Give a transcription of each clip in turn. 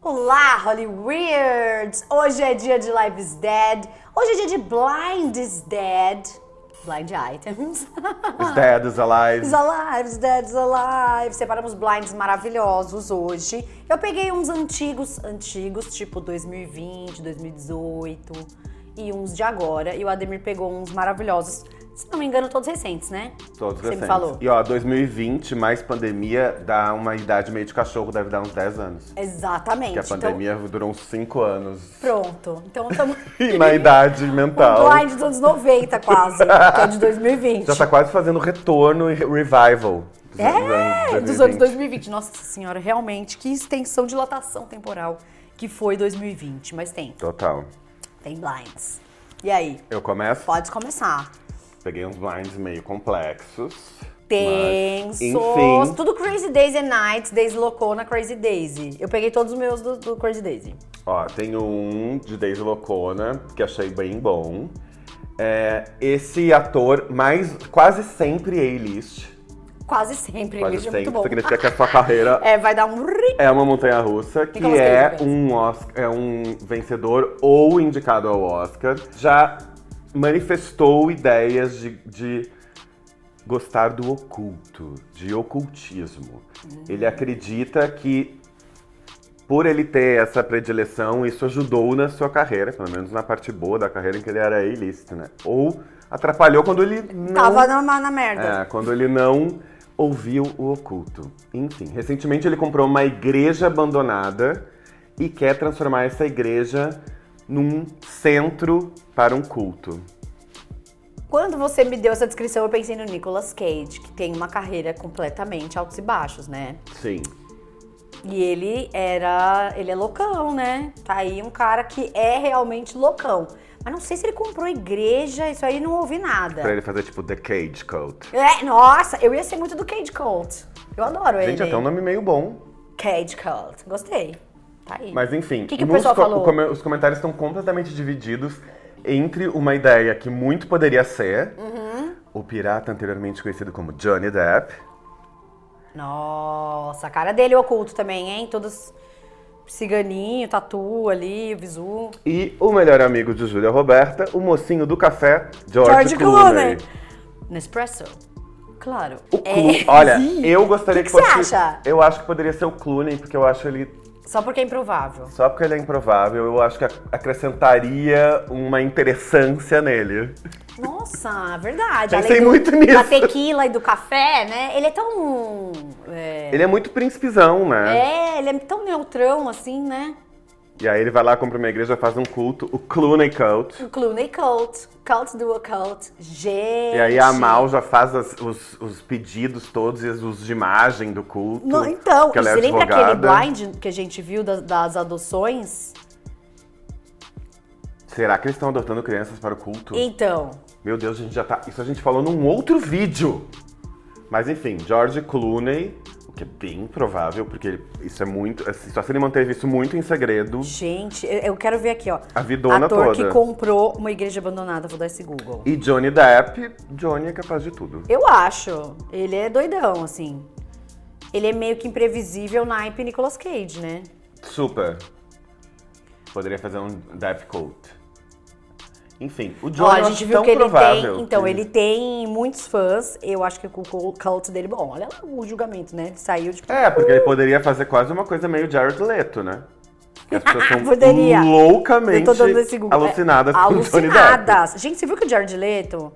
Olá, Holly Weirds! Hoje é dia de Live is Dead. Hoje é dia de Blind is Dead. Blind Items. Ah. Is dead, is alive. Is alive, is dead, is alive. Separamos blinds maravilhosos hoje. Eu peguei uns antigos, antigos, tipo 2020, 2018 e uns de agora. E o Ademir pegou uns maravilhosos. Se não me engano, todos recentes, né? Todos Você me recentes. falou. E ó, 2020 mais pandemia dá uma idade meio de cachorro, deve dar uns 10 anos. Exatamente. Porque a pandemia durou uns 5 anos. Então, pronto. Então estamos E na idade mental. blind dos anos 90 quase, que é de 2020. Já tá quase fazendo retorno e re- revival. dos É, anos dos 2020. anos 2020. Nossa senhora, realmente, que extensão, dilatação temporal que foi 2020. Mas tem, Total. tem blinds. E aí, Eu começo? pode começar. Peguei uns blinds meio complexos. Tensos, enfim. tudo Crazy Daisy and Nights, Daisy Locona, Crazy Daisy. Eu peguei todos os meus do, do Crazy Daisy. Ó, tenho um de Daisy Locona, que achei bem bom. É, esse ator, mais quase sempre A-list. Quase sempre, ele Quase é sempre. muito bom. Significa que a sua carreira É, vai dar um... ri- é uma montanha russa, que Nicolas é Cage, um, Oscar, é um vencedor ou indicado ao Oscar. Já manifestou ideias de, de gostar do oculto, de ocultismo. Ele acredita que, por ele ter essa predileção, isso ajudou na sua carreira, pelo menos na parte boa da carreira em que ele era ilícito, né? Ou atrapalhou quando ele não Tava na, na merda. é, quando ele não ouviu o oculto. Enfim, recentemente ele comprou uma igreja abandonada e quer transformar essa igreja num centro para um culto. Quando você me deu essa descrição, eu pensei no Nicolas Cage, que tem uma carreira completamente altos e baixos, né? Sim. E ele era. Ele é loucão, né? Tá aí um cara que é realmente loucão. Mas não sei se ele comprou igreja, isso aí não ouvi Pra nada. ele fazer tipo The Cage Cult. É, nossa, eu ia ser muito do Cage Cult. Eu adoro ele. Gente, até um nome meio bom. Cage Cult. Gostei. Tá aí. Mas enfim, Que que o nos pessoal falou? come- os comentários estão completamente divididos entre uma ideia que muito poderia ser Uhum. o pirata anteriormente conhecido como Johnny Depp. Nossa, a cara dele é oculto também, hein? Todos ciganinho, tatu ali, visu. E o melhor amigo de Júlia Roberta, o mocinho do café, George, George Clooney. Clooney. Nespresso. Claro. O Clo- É. Olha, eu gostaria que, Que que fosse. você acha? Eu acho que poderia ser o Clooney, porque eu acho ele. Só porque é improvável. Só porque ele é improvável, eu acho que ac- acrescentaria uma interessância nele. Nossa, verdade. Pensei Além do- muito Da nisso. tequila e do café, né? Ele é tão. É, Ele é muito príncipezão, né? é, ele é tão neutrão assim, né? E aí ele vai lá, compra uma igreja, faz um culto, o Clooney Cult. O Clooney Cult, Cult do Occult. Gente. E aí a Mal já faz as- os, os pedidos todos e os usos de imagem do culto. Não, então, que ela é você lembra aquele advogada. blind que a gente viu das, das adoções? Será que eles estão adotando crianças para o culto? Então, Meu Deus, a gente já tá. Isso a gente falou num outro vídeo. Mas enfim, George Clooney, o que é bem provável, porque ele- isso é muito. Só se ele manteve isso muito em segredo gente, eu, eu quero ver aqui, ó. a vidona Ator toda. que comprou uma igreja abandonada, vou dar esse Google. E Johnny Depp, Johnny é capaz de tudo. Eu acho. Ele é doidão, assim. Ele é meio que imprevisível naipe Nicolas Cage, né? Super. Poderia fazer um Depp Cult. Enfim, o Ó, Johnny eu a acho gente viu tão que ele provável tem. Então, que- ele tem muitos fãs. Eu acho que o cu- cult dele, bom, olha lá o julgamento, né? Ele saiu de. É, porque ele poderia fazer quase uma coisa meio Jared Leto, né? Que as pessoas são Poderia. loucamente Eu tô dando esse Google. alucinadas É, por Johnny Depp. Alucinadas. Gente, você viu que o Jared Leto.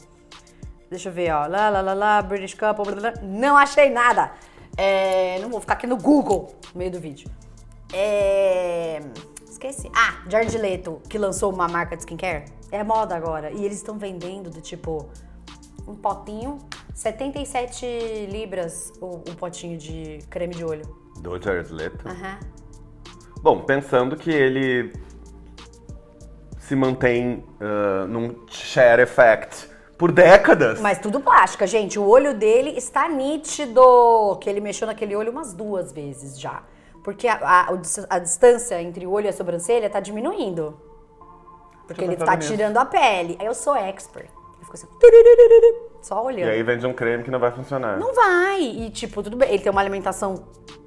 Deixa eu ver, ó. Lá, lá, lá, lá, British Couple, blá, blá, blá. Não achei nada. É, não vou ficar aqui no Google no meio do vídeo. É, esqueci. Ah, Jared Leto, que lançou uma marca de skincare. É moda agora. E eles estão vendendo do tipo um potinho, 77 libras o, o potinho de creme de olho. Do Jared Leto. Aham. Bom, pensando que ele se mantém ah, num share effect por décadas. Mas tudo plástica, gente. O olho dele está nítido. Que ele mexeu naquele olho umas duas vezes já. Porque a, a- o dis- a distância entre o olho e a sobrancelha tá diminuindo. Porque Eu ele pensava tá nisso. tirando a pele. Aí eu sou expert. Ele ficou assim, tururururu, só E olhando. aí vende um creme que não vai funcionar. Não vai. E tipo, tudo bem. Ele tem uma alimentação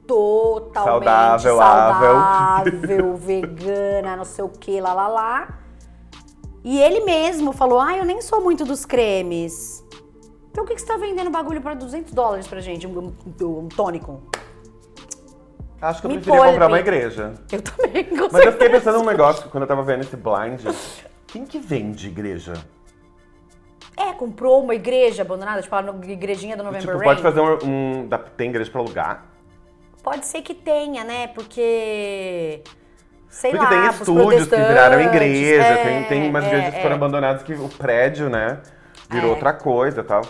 totalmente Saudável, saudável, vegana, não sei o que, lá, lá, lá. E ele mesmo falou, ah, eu nem sou muito dos cremes. Então o que, que você tá vendendo bagulho pra 200 dólares pra gente, um, um, um tônico? Acho que eu Me preferia poupe. comprar uma igreja. Eu também, com Mas eu certeza. fiquei pensando num negócio quando eu tava vendo esse blind. Quem que vende igreja? É, comprou uma igreja abandonada, tipo a no- igrejinha do November tipo, Rain. pode fazer um, um- dá- Tem igreja pra alugar? Pode ser que tenha, né? Porque. Sei Porque lá, tem Ah, pros estúdios que viraram protestantes, igreja, é, tem, tem umas é, igrejas que é. foram abandonadas que o prédio, né, virou É. outra coisa e tal.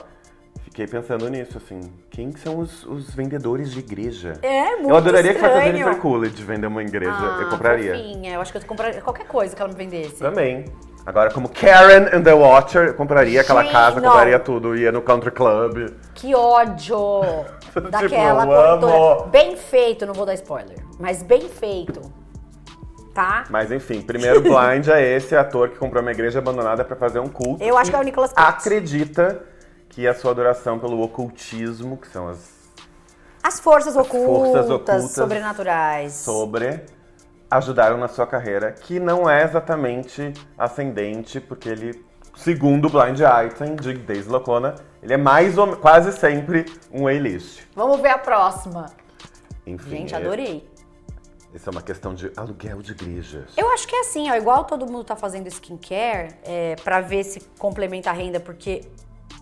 Fiquei pensando nisso, assim, quem que são os, os vendedores de igreja? É, muito eu adoraria que fosse a estranho. Jennifer Coolidge vender uma igreja, Ah, eu compraria. fofinha. Eu acho que eu compraria qualquer coisa que ela me vendesse. Também. Agora, como Karen and the Watcher, eu compraria aquela Gente, casa, não. compraria tudo, ia no country club. Que ódio daquela Tipo, eu corretora. amo. Bem feito, não vou dar spoiler, mas bem feito. Tá? Mas enfim, primeiro blind é esse ator que comprou uma igreja abandonada pra fazer um culto. Eu acho que é o Nicolas Cage. Acredita que a sua adoração pelo ocultismo, que são as As forças ocultas, ocultas sobrenaturais. sobre ajudaram na sua carreira, que não é exatamente ascendente, porque ele, segundo o Blind Item de Daisy Locona, ele é mais ou, quase sempre um A-list. Vamos ver a próxima. Enfim, Gente, é- adorei. Isso é uma questão de aluguel de igrejas. Eu acho que é assim, ó, igual todo mundo tá fazendo skincare, é, pra ver se complementa a renda, porque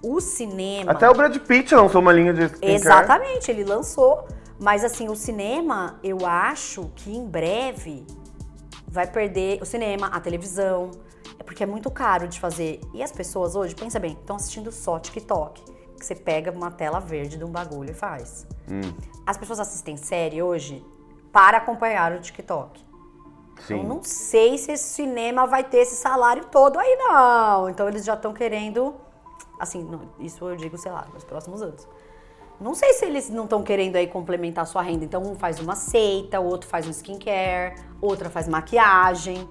o cinema. Até o Brad Pitt lançou uma linha de skincare. Exatamente, ele lançou. Mas assim, o cinema, eu acho que em breve vai perder o cinema, a televisão. É porque é muito caro de fazer. E as pessoas hoje, pensa bem, estão assistindo só TikTok. Que você pega uma tela verde de um bagulho e faz. As pessoas assistem série hoje para acompanhar o TikTok. Eu Sim. Então, não sei se esse cinema vai ter esse salário todo aí, não. Então eles já estão querendo. Assim, não, isso eu digo, sei lá, nos próximos anos. Não sei se eles não estão querendo aí complementar a sua renda. Então um faz uma seita, o outro faz um skincare, outra faz maquiagem.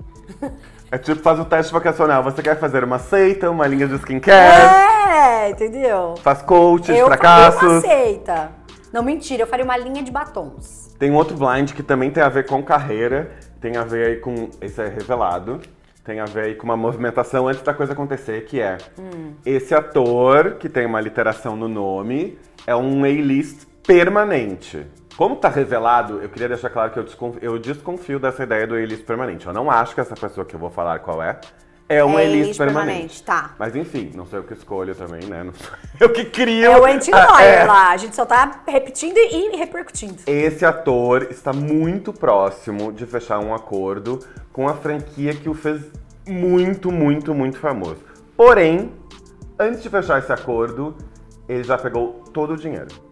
É tipo, faz o teste vocacional. Você quer fazer uma seita, uma linha de skincare, É, entendeu? faz coaches, Eu faria uma fracassos. seita. Não, mentira, eu faria uma linha de batons. Tem um outro blind que também tem a ver com carreira, tem a ver aí com. Esse é revelado. Tem a ver aí com uma movimentação antes da coisa acontecer, que é Hum. esse ator que tem uma literação no nome é um A-list permanente. Como tá revelado, eu queria deixar claro que eu desconfio, eu desconfio dessa ideia do A-list permanente. Eu não acho que essa pessoa que eu vou falar qual é é um É A-list A-list permanente. permanente, tá. Mas enfim, não sei o que escolho também, né? Não sou eu que crio. É o anti Ah, é. lá. A gente só tá repetindo e repercutindo. Esse ator está muito próximo de fechar um acordo com a franquia que o fez muito, muito, muito famoso. Porém, antes de fechar esse acordo, ele já pegou todo o dinheiro.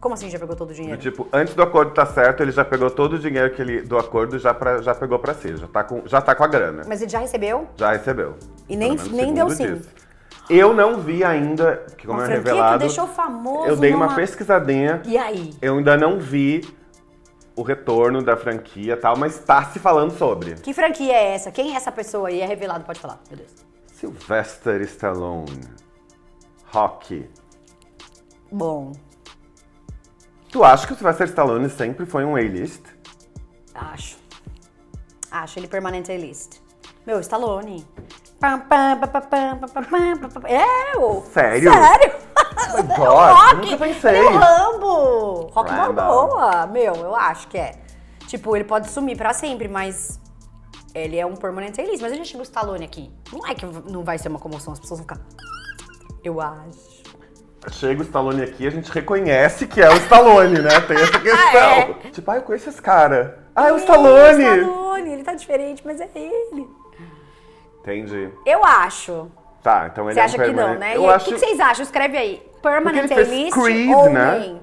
Como assim já pegou todo o Do dinheiro? tipo, antes do acordo tá certo, ele já pegou todo o dinheiro que ele, do acordo já, pra- já pegou pra si, já tá com, já tá com a grana. Mas ele já recebeu? Já recebeu. E nem- Pelo menos nem segundo deu sim. diz. Eu não vi ainda, que como Uma é franquia que revelado, deixou famoso eu dei uma numa- pesquisadinha E aí? Eu ainda não vi o retorno da franquia e tal, mas tá se falando sobre. Que franquia é essa? Quem é essa pessoa aí? É revelado, pode falar. Meu Deus. Sylvester Stallone. Rock. Bom, Tu acha que o Sylvester Stallone sempre foi um A-list? acho. Acho ele permanente aí list. Meu, Stallone. Pam, pam, pam, pam, pam, pam, pam, pam, pam, pam. É, o... Sério? Sério? my God, É o Rock. nunca pensei. Ele é o Rambo. Rock Rambo. Balboa. Meu, eu acho que é. Tipo, ele pode sumir pra sempre, mas... Ele é um permanente aí list. Mas a gente chegou o Stallone aqui. Não é que não vai ser uma comoção, as pessoas vão ficar... Eu acho. Chega o Stallone aqui, a gente reconhece que é o Stallone, né? Tem é? essa questão. Tipo, ah, eu conheço esse cara. Ah, é o Ele, Stallone! O Hum, Stallone, ele tá diferente, mas é ele. Entendi. Eu acho. Tá, então ele Você é um acha que não, permanente. né? E Eu aí, O acho... que que vocês acham? Escreve aí. Permanent Porque ele fez A-list Creed, ou né? nem?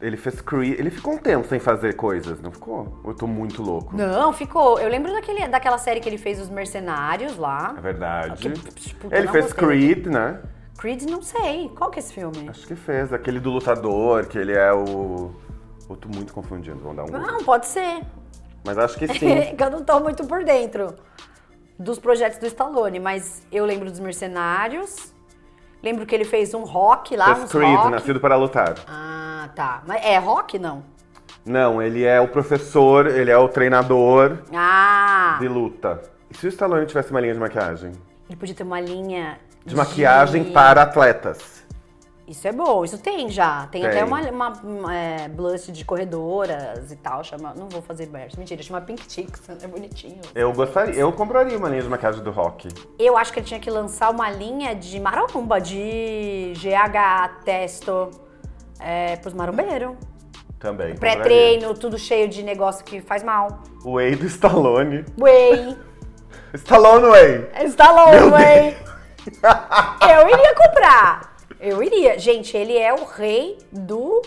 Ele fez Creed. Ele ficou um tempo sem fazer coisas, não ficou? Ou Eu tô muito louco. Não, ficou. Eu lembro daquele, daquela série que ele fez Os Mercenários lá. É verdade. Que- puta, ele não fez gostei. Creed, né? Creed, não sei. Qual que é esse filme? Acho que fez. Aquele do lutador, que ele é o. Eu tô muito confundindo, vamos dar um. Google. Não, pode ser. Mas acho que sim. eu não tô muito por dentro dos projetos do Stallone, mas eu lembro dos Mercenários. Lembro que ele fez um rock lá, Chris uns Creed, né? rock. Nascido para Lutar. Ah, tá. Mas é rock, não? Não, ele é o professor, ele é o treinador Ah! de luta. E se o Stallone tivesse uma linha de maquiagem? Ele podia ter uma linha De maquiagem para atletas. Isso é bom, isso tem já. Tem, Tem. até uma, uma, uma, é, blush de corredoras e tal, chama. Não vou fazer merch, mentira, chama Pink Chicks, é bonitinho. Eu gostaria, eu compraria uma linha de maquiagem do rock. Eu acho que ele tinha que lançar uma linha de maromba, de GH, testo, é, pros marombeiros. Também. compraria. Pré-treino, tudo cheio de negócio que faz mal. Whey do Stallone. Whey, Stallone Whey! Stallone, whey. Ah, Eu iria comprar. Eu iria. Gente, ele é o rei do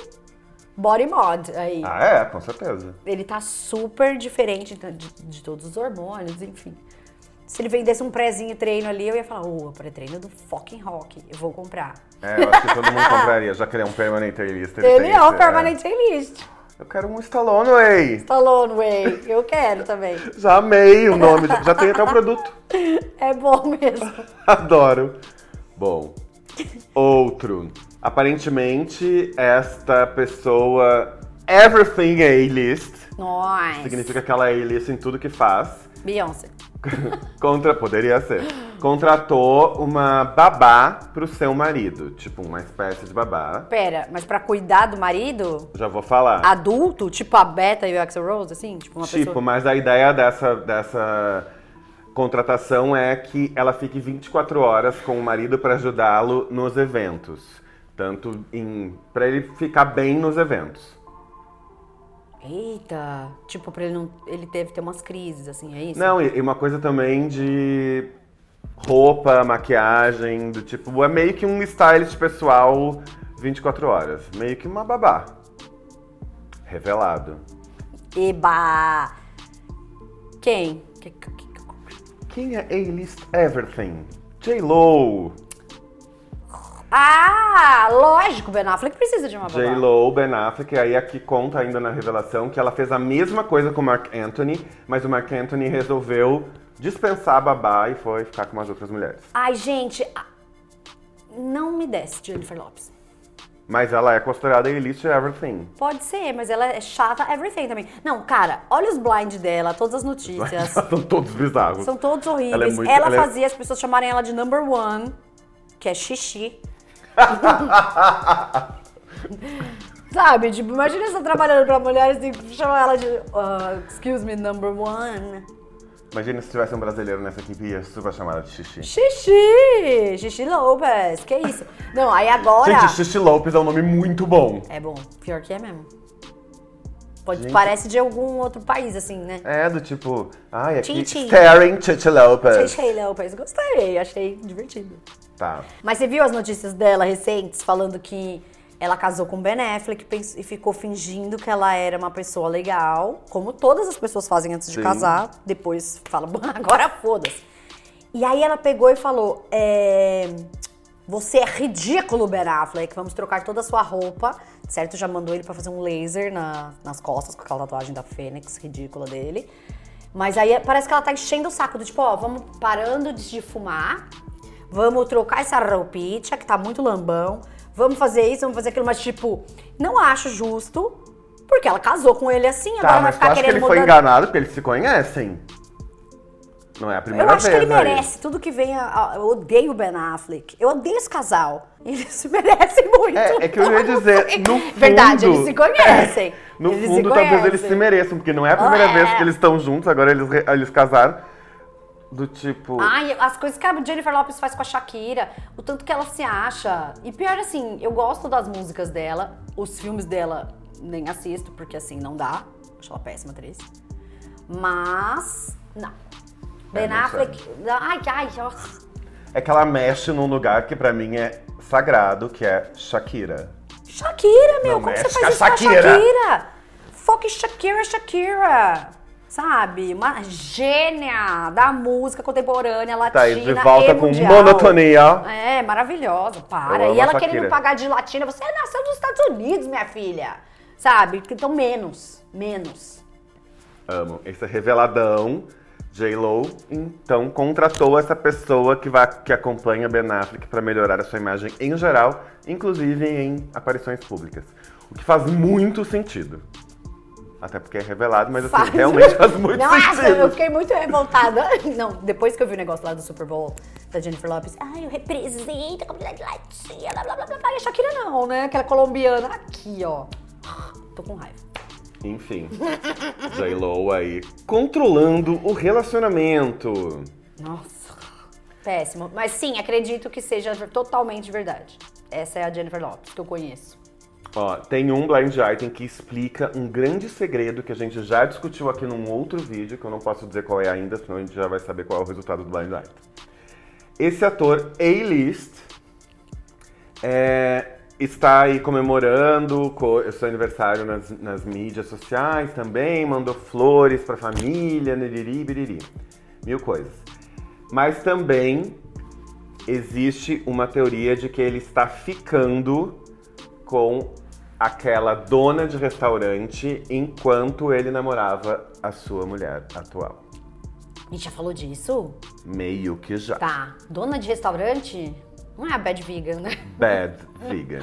body mod aí. Ah, é, com certeza. Ele tá super diferente de, de- de todos os hormônios, enfim. Se ele vendesse um prézinho treino ali, eu ia falar, ô, pré-treino do fucking rock, eu vou comprar. É, eu acho que todo mundo compraria, já que ele é um permanente list. Ele tem é o esse- permanent list. Eu quero um Stallone Whey! Stallone Way, eu quero também. Já amei o nome, já tem até o produto. É bom mesmo. Adoro. Bom, outro. Aparentemente, esta pessoa, everything A-list, Nice. significa que ela é A-list em tudo que faz, Beyoncé. contra, poderia ser, contratou uma babá pro seu marido, tipo uma espécie de babá. Pera, mas pra cuidar do marido, Já vou falar. adulto, tipo a Beta e o Axel Rose, assim? Tipo uma Tipo, pessoa... mas a ideia dessa, dessa contratação é que ela fique 24 horas com o marido para ajudá-lo nos eventos. Tanto em. para ele ficar bem nos eventos. Eita. Tipo, pra ele não... Ele deve ter umas crises, assim, é isso? Não, e e uma coisa também de roupa, maquiagem, do tipo. É meio que um stylist pessoal 24 horas. Meio que uma babá. Revelado. Eba! Quem? Que- que- que- Quem é A-list Everything? J-Lo! Ah, lógico, Ben Affleck precisa de uma babá. J-Lo, Ben Affleck, e aí aqui conta ainda na revelação que ela fez a mesma coisa com o Mark Anthony, mas o Mark Anthony resolveu dispensar a babá e foi ficar com umas outras mulheres. Ai, gente, a- não me desce Jennifer Lopes. Mas ela é considerada elite everything. Pode ser, mas ela é chata everything também. Não, cara, olha os blind dela, todas as notícias. São todos bizarros. São todos horríveis. Ela Ela, é muito- ela é- fazia as pessoas chamarem ela de number one, que é xixi. Sabe, tipo, imagina você trabalhando pra mulheres e chamar ela de ah, excuse me, number one. Imagina se tivesse um brasileiro nessa equipe ia super chamada de Xixi. Xixi! Xixi Lopes, que isso? Não, aí agora. Gente, Xixi Lopes é um nome muito bom. É bom, pior que é mesmo. Pode, Gente. Parece de algum outro país, assim, né? É, do tipo, ai, aqui, Tchim, tchim. staring Xixi Lopes. Xixi Lopes, gostei, achei divertido. Tá. Mas você viu as notícias dela recentes falando que ela casou com o Ben Affleck pens- e ficou fingindo que ela era uma pessoa legal, como todas as pessoas fazem antes de Sim. casar, depois fala, "Bom, agora foda-se. E aí ela pegou e falou: é, Você é ridículo, Ben Affleck, vamos trocar toda a sua roupa, certo? Já mandou ele pra fazer um laser na- nas costas com aquela tatuagem da Fênix ridícula dele. Mas aí parece que ela tá enchendo o saco do tipo, ó, vamos parando de fumar, Vamos trocar essa roupinha que tá muito lambão. Vamos fazer isso, vamos fazer aquilo, mas tipo, não acho justo, porque ela casou com ele assim, Tá, agora vai mas tu ficar acha que querendo ele foi mudar. enganado porque eles se conhecem? Não é a primeira Eu acho que vez ele aí. merece tudo que vem. a- a- Eu odeio o Ben Affleck. Eu odeio esse casal. Eles se merecem muito. É, é que eu ia dizer, no fundo... é, Verdade, eles se conhecem. No Eles se fundo, talvez eles se conhecem. mereçam, porque não é a primeira É. vez que eles estão juntos, agora eles, re- eles casaram. Do tipo... Ai, as coisas que a Jennifer Lopes faz com a Shakira, o tanto que ela se acha. E pior assim, eu gosto das músicas dela, os filmes dela nem assisto, porque assim, não dá. Acho ela péssima atriz. Mas, não. Ben É, não Affleck, ai, ai, nossa. É que ela mexe num lugar que pra mim é sagrado, que é Shakira. Shakira, meu, Não como você mexe faz isso com a com a Shakira. Shakira? Fuck Shakira, Shakira. Sabe? Uma gênia da música contemporânea latina Tá aí de volta e com é mundial. monotonia. É, maravilhosa, Eu para. amo E a ela Shakira. querendo pagar de latina. Você nasceu dos Estados Unidos, minha filha. Sabe? Então, menos. Menos. Amo. Esse é reveladão. J-Lo, então contratou essa pessoa que, vai, que acompanha Ben Affleck para melhorar a sua imagem em geral, inclusive em aparições públicas. O que faz muito sentido. Até porque é revelado, mas assim, Faz. realmente faz muito Nossa, sentido. eu fiquei muito revoltada. Não, depois que eu vi o negócio lá do Super Bowl da Jennifer Lopez, ai, eu represento a comunidade latina, blá blá blá blá. blá. E a Shakira não, né? Aquela colombiana. Aqui, ó. Tô com raiva. Enfim, J-Lo aí controlando o relacionamento. Nossa. Péssimo. Mas sim, acredito que seja totalmente verdade. Essa é a Jennifer Lopez que eu conheço. Ó, tem um blind item que explica um grande segredo que a gente já discutiu aqui num outro vídeo, que eu não posso dizer qual é ainda, senão a gente já vai saber qual é o resultado do blind item. Esse ator A-list é, está aí comemorando co- o seu aniversário nas, nas mídias sociais também, mandou flores pra família, niriri, biriri, mil coisas. Mas também existe uma teoria de que ele está ficando com aquela dona de restaurante enquanto ele namorava a sua mulher atual. A gente já falou disso? Meio que já. Tá. Dona de restaurante? Não é a Bad Vegan, né? Bad vegan.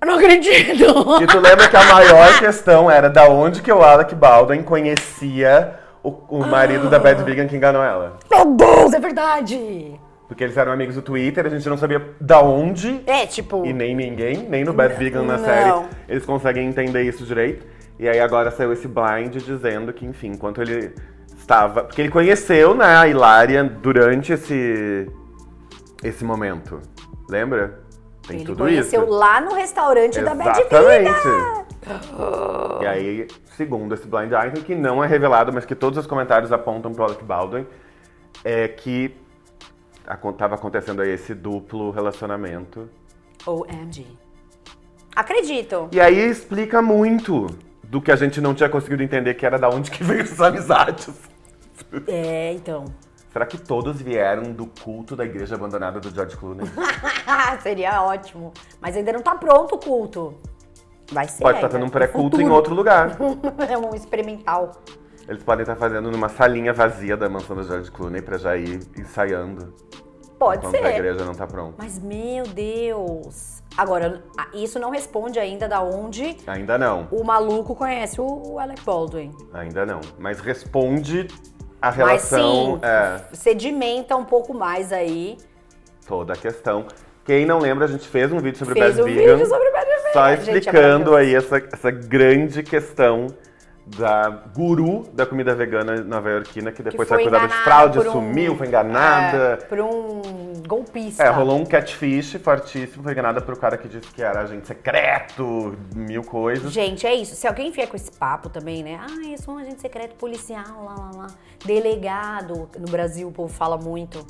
Eu não acredito! E tu lembra que a maior questão era da onde que o Alec Baldwin conhecia o, o marido da Bad Vegan que enganou ela. Meu Deus, é verdade! Porque eles eram amigos do Twitter, a gente não sabia da onde É, tipo. e nem ninguém, nem no Bad Vegan na não. série, eles conseguem entender isso direito. E aí agora saiu esse blind dizendo que, enfim, enquanto ele estava. Porque ele conheceu, né, a Hilária durante esse. esse momento. Lembra? Tem ele tudo isso. conheceu lá no restaurante da Bad Vegan! Exatamente. E aí, segundo esse blind item, que não é revelado, mas que todos os comentários apontam pro Alec Baldwin, é que acon- tava acontecendo aí esse duplo relacionamento. OMG. Acredito. E aí explica muito do que a gente não tinha conseguido entender, que era da onde que veio essas amizades. É, então. Será que todos vieram do culto da igreja abandonada do George Clooney? Seria ótimo. Mas ainda não tá pronto o culto. Vai ser. Pode estar ainda, tendo um no pré-culto em futuro. outro lugar. é um experimental. Eles podem estar fazendo numa salinha vazia da mansão do George Clooney pra já ir ensaiando. Pode enquanto a ser. igreja não tá pronta. Mas, meu Deus. Agora, a- isso não responde ainda da onde Ainda não, o maluco conhece o o Alec Baldwin. ainda não. Mas responde a Mas relação. sim, é, sedimenta um pouco mais aí. toda a questão. Quem não lembra, a gente fez um vídeo sobre Fez Bad um Vegan. vídeo sobre Bad Vegan. Só Gente, é explicando maravilhoso. aí essa, essa grande questão da guru da comida vegana nova-iorquina, que depois foi foi acusada de enganada fraude, por um- sumiu, foi enganada. É, por um golpista. É, rolou um catfish fortíssimo, foi enganada pro cara que disse que era agente secreto, mil coisas. Gente, é isso. Se alguém vier com esse papo também, né? Ah, eu sou um agente secreto policial, lá, lá, lá. Delegado. No Brasil o povo fala muito.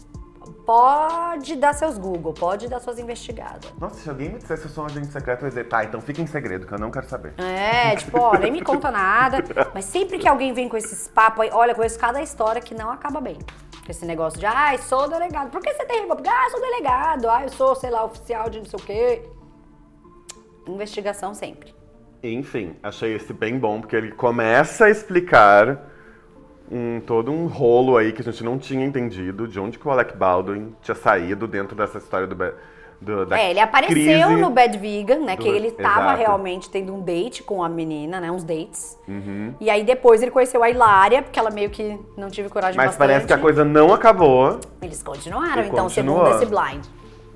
Pode dar seus Google, pode dar suas investigadas. Nossa, se alguém me dissesse que eu sou um agente secreto, eu ia dizer, tá, então fica em segredo, que eu não quero saber. É, tipo, ó, nem me conta nada. Mas sempre que alguém vem com esses papos aí, olha, eu conheço cada história que não acaba bem. Com Esse negócio de, ai, sou delegado. Por que você tem rebote? Ah, eu sou delegado. Ah, eu sou, sei lá, oficial de não sei o quê. Investigação sempre. Enfim, achei esse bem bom, porque ele começa a explicar um, todo um rolo aí que a gente não tinha entendido, de onde que o Alec Baldwin tinha saído dentro dessa história do, Be- do da É, ele apareceu crise. no Bad Vegan, né? do- Que ele tava Exato. realmente tendo um date com a menina, né? Uns dates. Uhum. E aí depois ele conheceu a Hilária, porque ela meio que não tive coragem Mas bastante. parece que a coisa não acabou, Eles continuaram, E então, continuou. segundo esse blind.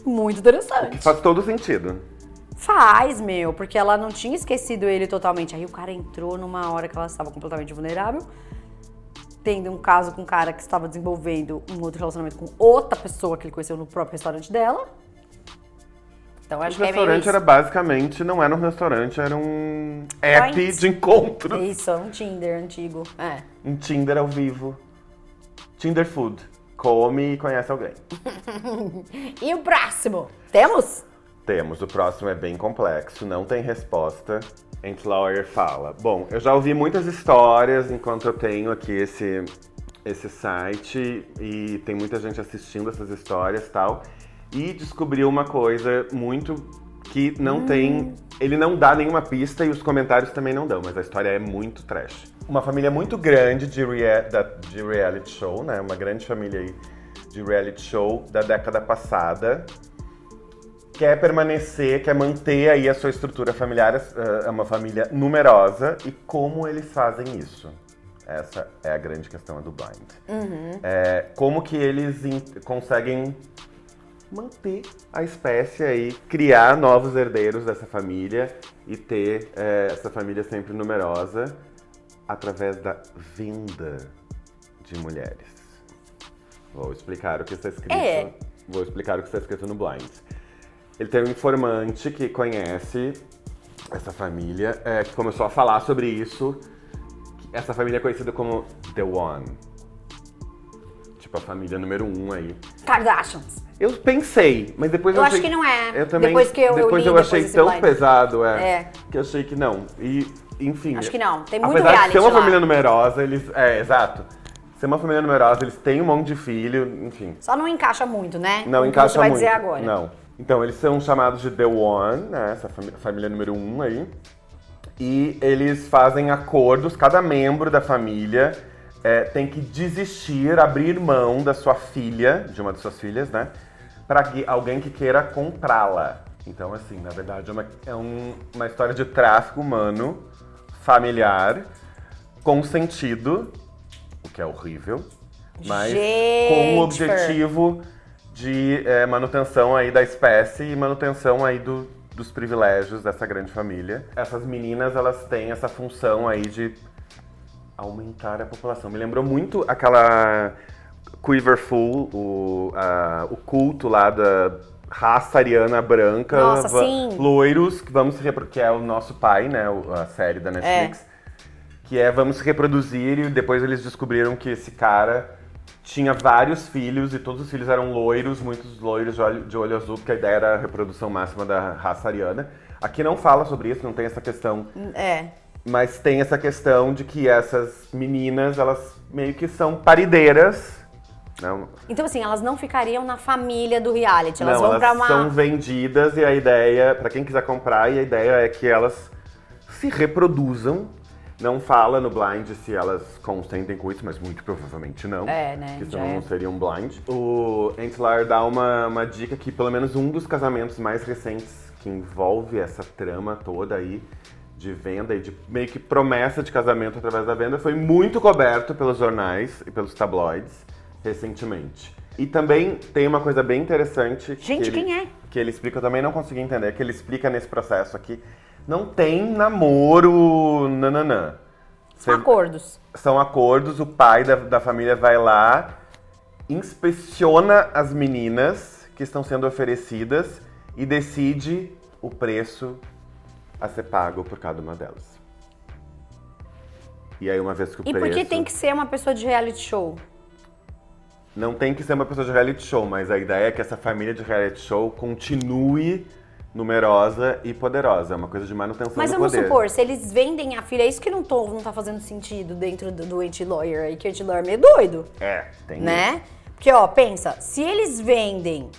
Muito interessante. que faz todo sentido. Faz, meu, porque ela não tinha esquecido ele totalmente. Aí o cara entrou numa hora que ela estava completamente vulnerável, tendo um caso com um cara que estava desenvolvendo um outro relacionamento com outra pessoa que ele conheceu no próprio restaurante dela. Então acho o que é meio restaurante isso. era basicamente, não era um restaurante, era um app Point. de encontro. Isso, é um Tinder antigo. É. Um Tinder ao vivo. Tinder Food. Come e conhece alguém. E o próximo? Temos? Temos, o próximo é bem complexo, não tem resposta. Ant Lawyer fala. Bom, eu já ouvi muitas histórias enquanto eu tenho aqui esse, esse site e tem muita gente assistindo essas histórias e tal. E descobri uma coisa muito que não tem. Ele não dá nenhuma pista e os comentários também não dão, mas a história é muito trash. Uma família muito grande de, rea- da- de reality show, né? Uma grande família aí de reality show da década passada. Quer permanecer, quer manter aí a sua estrutura familiar, eh, é uma família numerosa. E como eles fazem isso? Essa é a grande questão do Blind. É, como que eles in- conseguem manter a espécie aí, criar novos herdeiros dessa família e ter é, essa família sempre numerosa através da venda de mulheres. Vou explicar o que está escrito. É. Vou explicar o que está escrito no Blind. Ele tem um informante que conhece essa família, é, que começou a falar sobre isso. Essa família é conhecida como The One. Tipo, a família número um aí. Kardashians. Eu pensei, mas depois eu, Eu acho achei- que não é. Eu também. Depois que eu- eu depois li eu depois achei desse tão blind. pesado, é, É. Que eu achei que não. E, enfim. Acho que não. Tem muito apesar de reality ser uma lá. família numerosa, eles. É, exato. Ser uma família numerosa, eles têm um monte de filho, enfim. Só não encaixa muito, né? Não Com o que encaixa Você vai muito. dizer agora. Não. Então, eles são chamados de The One, né? Essa fami- família número um aí. E eles fazem acordos, cada membro da família é, tem que desistir, abrir mão da sua filha, de uma de suas filhas, né? Pra que- alguém que queira comprá-la. Então, assim, na verdade, é, uma, é um- uma história de tráfico humano, familiar, consentido, o que é horrível, mas com Gente, o objetivo Fer. motivo de eh, manutenção aí da espécie e manutenção aí do- dos privilégios dessa grande família. Essas meninas, elas têm essa função aí de aumentar a população. Me lembrou muito aquela Quiverful, o, a- o culto lá da raça ariana branca. Nossa, sim. Loiros, que, vamos se repro- que é o nosso pai, né, o- a série da Netflix que é vamos se reproduzir e depois eles descobriram que esse cara tinha vários filhos e todos os filhos eram loiros, muitos loiros de olho, de olho azul, porque a ideia era a reprodução máxima da raça ariana. Aqui não fala sobre isso, não tem essa questão, É. mas tem essa questão de que essas meninas, elas meio que são parideiras, né? Então, assim, elas não ficariam na família do reality. Elas não, vão elas pra uma. são vendidas e a ideia, pra quem quiser comprar, e a ideia é que elas se reproduzam. Não fala no blind se elas consentem com isso, mas muito provavelmente não. É, né, Porque já senão é. não seria um blind. O Antlar dá uma, uma dica que pelo menos um dos casamentos mais recentes que envolve essa trama toda aí de venda e de meio que promessa de casamento através da venda foi muito coberto pelos jornais e pelos tabloides recentemente. E também tem uma coisa bem interessante. Gente, que ele, quem é? Que ele explica, eu também não consegui entender, que ele explica nesse processo aqui. Não tem namoro, nananã. São acordos. São acordos, o pai da, da família vai lá, inspeciona as meninas que estão sendo oferecidas e decide o preço a ser pago por cada uma delas. E aí, uma vez que o E preço. por que tem que ser uma pessoa de reality show? Não tem que ser uma pessoa de reality show, mas a ideia é que essa família de reality show continue numerosa e poderosa. É uma coisa de manutenção Mas do vamos poder. supor, se eles vendem a filha, é isso que não, tô, não tá fazendo sentido dentro do, do anti-lawyer aí, que anti-lawyer é meio doido, É, tem né? Porque, ó, pensa, se eles vendem,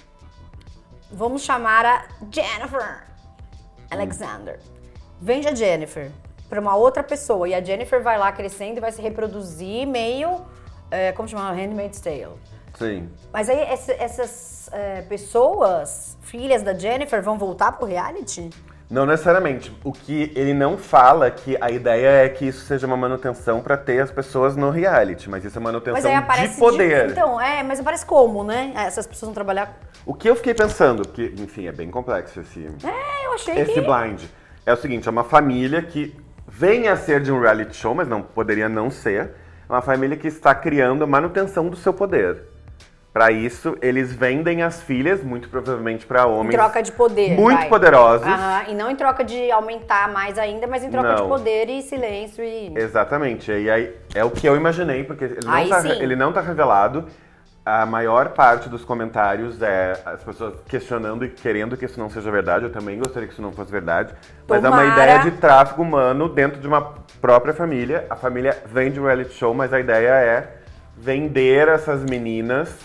vamos chamar a Jennifer Hum. Alexander. Vende a Jennifer pra uma outra pessoa e a Jennifer vai lá crescendo e vai se reproduzir meio, é, como chama? Handmaid's Tale. isso. Sim. Mas aí essa- essas é, pessoas, filhas da Jennifer, vão voltar pro reality? Não necessariamente. O que ele não fala é que a ideia é que isso seja uma manutenção pra ter as pessoas no reality, mas isso é manutenção Mas aí aparece de poder. então, é, mas aparece como, né? Essas pessoas vão trabalhar. O que eu fiquei pensando, porque, enfim, é bem complexo esse, É, eu achei esse que. blind, é o seguinte: é uma família que vem a ser de um reality show, mas não poderia não ser. É uma família que está criando a manutenção do seu poder. Pra isso, eles vendem as filhas, muito provavelmente pra Em homens. troca de poder. Muito vai. poderosos. Aham, e não em troca de aumentar mais ainda, mas em troca de Não. poder e silêncio e. Exatamente. E aí é o que eu imaginei, porque ele não, Aí tá, sim. ele não tá revelado. A maior parte dos comentários é as pessoas questionando e querendo que isso não seja verdade. Eu também gostaria que isso não fosse verdade. Mas é uma Tomara. ideia de tráfico humano dentro de uma própria família. A família um vende reality show, mas a ideia é vender essas meninas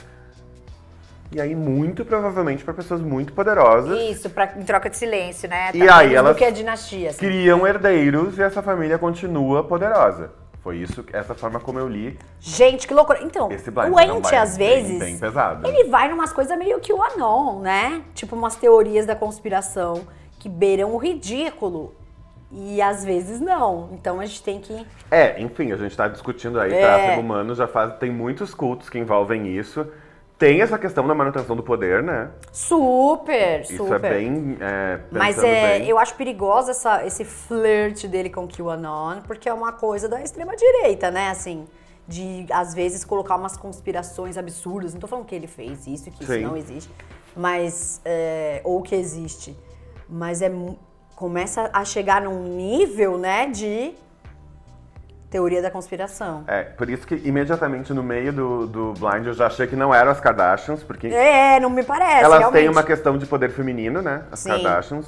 E aí, muito provavelmente pra pessoas muito poderosas Isso, pra, em troca de silêncio, né? E Tá aí, menos elas- Do que a dinastia, assim. criam herdeiros e essa família continua poderosa. Foi isso, essa forma como eu li Gente, que loucura. Então, esse Blind. o É um ente, Blind às bem- vezes, Bem, pesado. ele vai numas coisas meio que o anon, né? Tipo, umas teorias da conspiração que beiram o ridículo. E às vezes não. Então a gente tem que. É, enfim, a gente tá discutindo aí É. tráfego humano, já faz, tem muitos cultos que envolvem isso. Tem essa questão da manutenção do poder, né? Super, Isso super. é bem. É, Mas pensando é, bem. eu acho perigoso essa, esse flirt dele com QAnon, porque é uma coisa da extrema-direita, né? Assim, de às vezes colocar umas conspirações absurdas. Não tô falando que ele fez isso, que Sim. isso não existe, mas. é, ou que existe. Mas é. mu- Começa a chegar num nível, né, de teoria da conspiração. É, por isso que imediatamente no meio do, do Blind eu já achei que não eram as Kardashians, porque É, não me parece. elas realmente. têm uma questão de poder feminino, né? As Sim. Kardashians.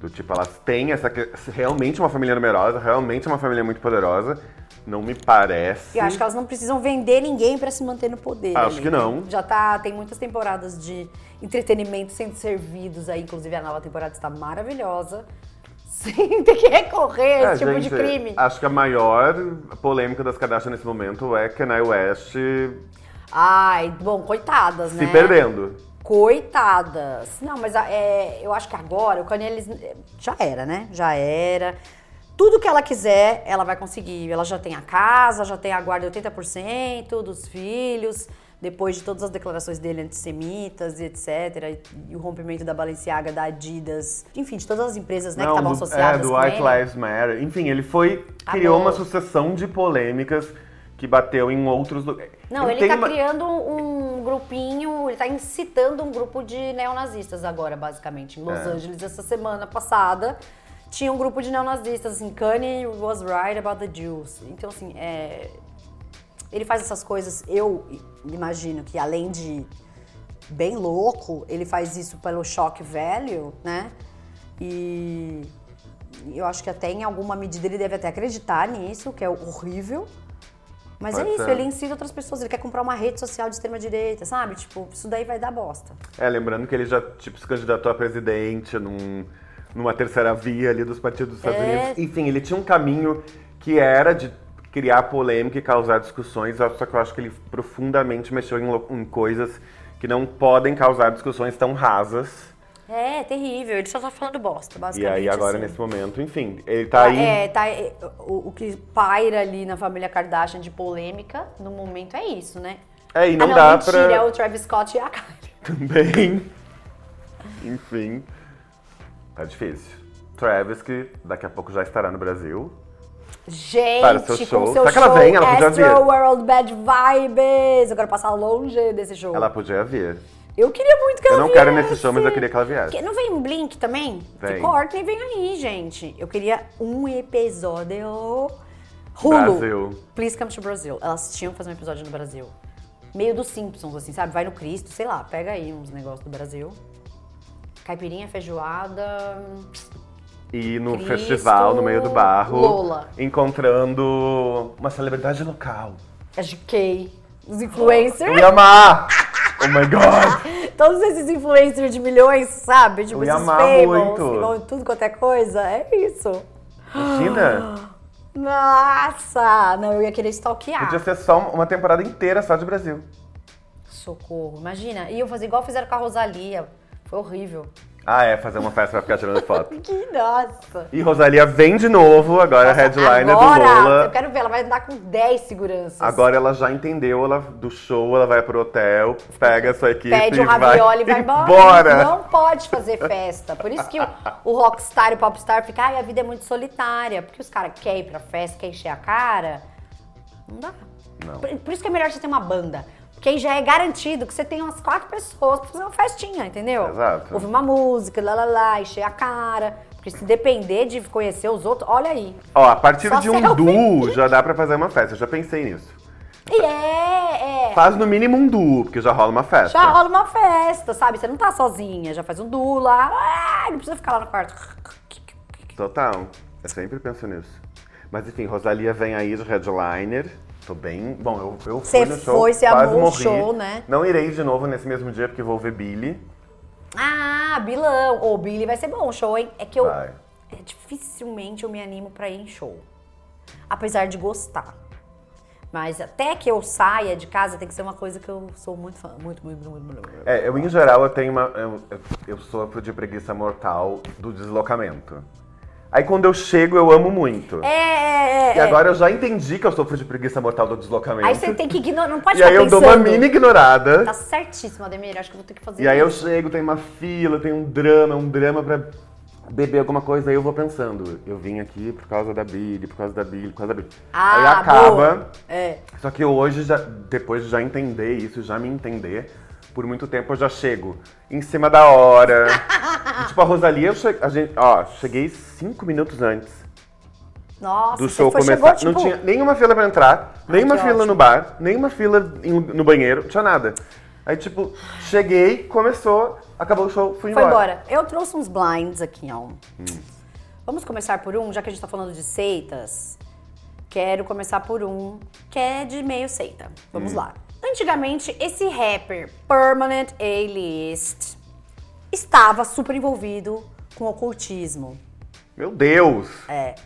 Do tipo, elas têm essa. que- Realmente uma família numerosa, realmente uma família muito poderosa. Não me parece. Eu acho que elas não precisam vender ninguém pra se manter no poder. Acho ali. que não. Já tá, tem muitas temporadas de entretenimento sendo servidos aí, inclusive a nova temporada está maravilhosa. Sem ter que recorrer a É, esse tipo de gente, crime. Acho que a maior polêmica das Kardashian nesse momento é Kanye West Ai, bom, coitadas, se né? perdendo. Coitadas. Não, mas a- é, eu acho que agora o Kanye, eles, já era, né? Já era. Tudo que ela quiser, ela vai conseguir. Ela já tem a casa, já tem a guarda 80% dos filhos, depois de todas as declarações dele antissemitas e etc. E o rompimento da Balenciaga, da Adidas, enfim, de todas as empresas né, que estavam do, associadas é, do com White ele. Lives Matter. Enfim, ele foi. Criou Amor. uma sucessão de polêmicas que bateu em outros lugares. Não, ele tá uma... criando um grupinho, ele tá incitando um grupo de neonazistas agora, basicamente. Em Los Angeles, essa semana passada, tinha um grupo de neonazistas, assim, Kanye was right about the Jews. Então, assim, é, ele faz essas coisas, eu imagino que além de bem louco, ele faz isso pelo choque velho, né? E eu acho que até em alguma medida ele deve até acreditar nisso, que é horrível. Mas Pode é isso, ser. ele incita outras pessoas, ele quer comprar uma rede social de extrema-direita, sabe? Tipo, isso daí vai dar bosta. É, lembrando que ele já tipo, se candidatou a presidente num, numa terceira via ali dos partidos dos Estados É. Unidos. Enfim, ele tinha um caminho que era de criar polêmica e causar discussões, só que eu acho que ele profundamente mexeu em, lo- em coisas que não podem causar discussões tão rasas. É, é terrível, ele só tá falando bosta, E basicamente. aí agora, assim. nesse momento, enfim, ele tá aí. É, tá, é, o, o que paira ali na família Kardashian de polêmica, no momento, é isso, né? É, e não, ah, não dá mentira, pra. é o Travis Scott e a Kylie. Também. Enfim. Tá difícil. Travis, que daqui a pouco já estará no Brasil. Gente, Para o seu com show. seu Será que show ela vem? Ela podia Astro vir. World Bad Vibes. Eu quero passar longe desse show. Ela podia vir. Eu queria muito que Eu ela não viesse. quero nesse show, mas eu queria que ela viesse. Que- Não vem um Blink também? Vem. Que Courtney vem aí, gente. Eu queria um episódio... Hulu. Brasil. Please come to Brazil. Elas tinham que fazer um episódio no Brasil. Meio dos Simpsons, assim, sabe? Vai no Cristo, sei lá. Pega aí uns negócios do Brasil. Caipirinha, feijoada... E no Cristo, Um festival, no meio do barro. Lola. Encontrando uma celebridade local. SGK. Os influencers. Eu ia amar! Oh my god! Todos esses influencers de milhões, sabe? Tipo, Eu ia esses amar fables, muito. que vão em tudo quanto é coisa. É isso. Imagina! Nossa! Não, eu ia querer stalkear. Podia ser só uma temporada inteira só de Brasil. Socorro. Imagina. E eu fazer igual fizeram com a Rosalia. Foi horrível. Ah, é, fazer uma festa pra ficar tirando foto. Que nossa! E Rosalia vem de novo, agora a headliner Agora, do Lola. eu quero ver, ela vai andar com 10 seguranças. Agora ela já entendeu ela, do show, ela vai pro hotel, pega a sua equipe Pede um e vai ravioli e vai embora. embora. Não pode fazer festa. Por isso que o, o rockstar e o popstar fica, ai, a vida é muito solitária. Porque os caras querem ir pra festa, querem encher a cara. Não dá. Não. Por, por isso que é melhor você ter uma banda. Porque aí já é garantido que você tem umas quatro pessoas pra fazer uma festinha, entendeu? Exato. Ouvir uma música, lá, lá, lá, encher a cara. Porque se depender de conhecer os outros, olha aí. Ó, a partir Só de um selfie. duo já dá pra fazer uma festa, eu já pensei nisso. E é, é. Faz no mínimo um duo, porque já rola uma festa. Já rola uma festa, sabe? Você não tá sozinha, já faz um duo lá. Ah, não precisa ficar lá no quarto. Total, eu sempre penso nisso. Mas enfim, Rosalia vem aí de headliner. Tô bem. Bom, eu, eu fui Você no show. foi, você quase amou o morri. show, né? Não irei de novo nesse mesmo dia, porque vou ver Billy. Ah, Bilão. Ô, Billy vai ser bom o show, hein? É que eu. Vai. É, dificilmente eu me animo pra ir em show. Apesar de gostar. Mas até que eu saia de casa tem que ser uma coisa que eu sou muito fã. Muito, muito, muito, muito. muito. É, eu em geral eu tenho uma. Eu, eu- eu sofro de preguiça mortal do deslocamento. Aí quando eu chego, eu amo muito. É, é, é, E é. agora eu já entendi que eu sofro de preguiça mortal do deslocamento. Aí você tem que ignorar, não pode e ficar aí eu dou pensando. uma mini ignorada. Tá certíssimo, Ademir, acho que eu vou ter que fazer E aí eu isso. chego, tem uma fila, tem um drama, um drama pra beber alguma coisa, aí eu vou pensando, eu vim aqui por causa da Billy, por causa da Billy, por causa da Billy. Ah, aí acaba. boa. É. Só que hoje, já, depois de já entender isso, já me entender, por muito tempo eu já chego em cima da hora. E, tipo, a Rosalia, eu che- a gente, ó, cheguei cinco minutos antes Nossa, do você show foi, começar. chegou, tipo... Não tinha nenhuma fila pra entrar, nenhuma que fila ótimo. no bar, nenhuma fila em- um, no banheiro, não tinha nada. Aí, tipo, cheguei, começou, acabou o show, fui Foi embora. embora. Eu trouxe uns blinds aqui, ó. Vamos começar por um, já que a gente tá falando de seitas. Quero começar por um que é de meio seita. Hum. Vamos lá. Antigamente, esse rapper, Permanent A-List, estava super envolvido com ocultismo. Meu Deus! É.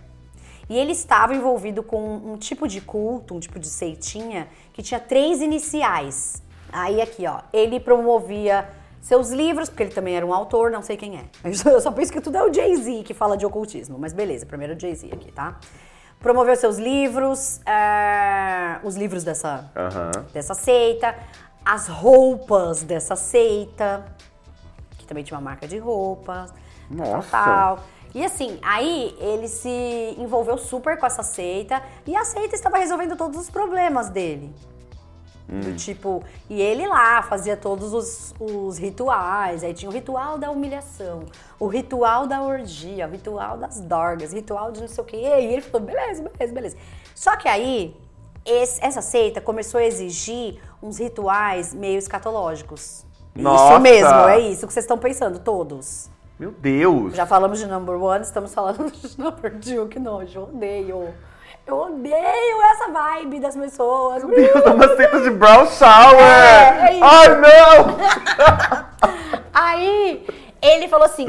E ele estava envolvido com um tipo de culto, um tipo de seitinha, que tinha três iniciais. Aí aqui, ó, ele promovia seus livros, porque ele também era um autor, não sei quem é. Eu só, eu só penso que tudo é o Jay-Z que fala de ocultismo, mas beleza, primeiro o Jay-Z aqui, tá? Promoveu seus livros, é, os livros dessa, Aham. dessa seita, as roupas dessa seita, que também tinha uma marca de roupas, Nossa. tal. E assim, aí ele se envolveu super com essa seita e a seita estava resolvendo todos os problemas dele. Do Hum. tipo, e ele lá fazia todos os, os rituais. Aí tinha o ritual da humilhação, o ritual da orgia, o ritual das dorgas, ritual de não sei o quê. E aí ele falou: beleza, beleza, beleza. Só que aí, esse- essa seita começou a exigir uns rituais meio escatológicos. Nossa! Isso mesmo, é isso que vocês estão pensando, todos. Meu Deus! Já falamos de number one, estamos falando de number two, que nojo, eu odeio. Eu odeio essa vibe das pessoas. Deus, é uma seita de brown shower! É, é isso. Ai, não! Aí ele falou assim: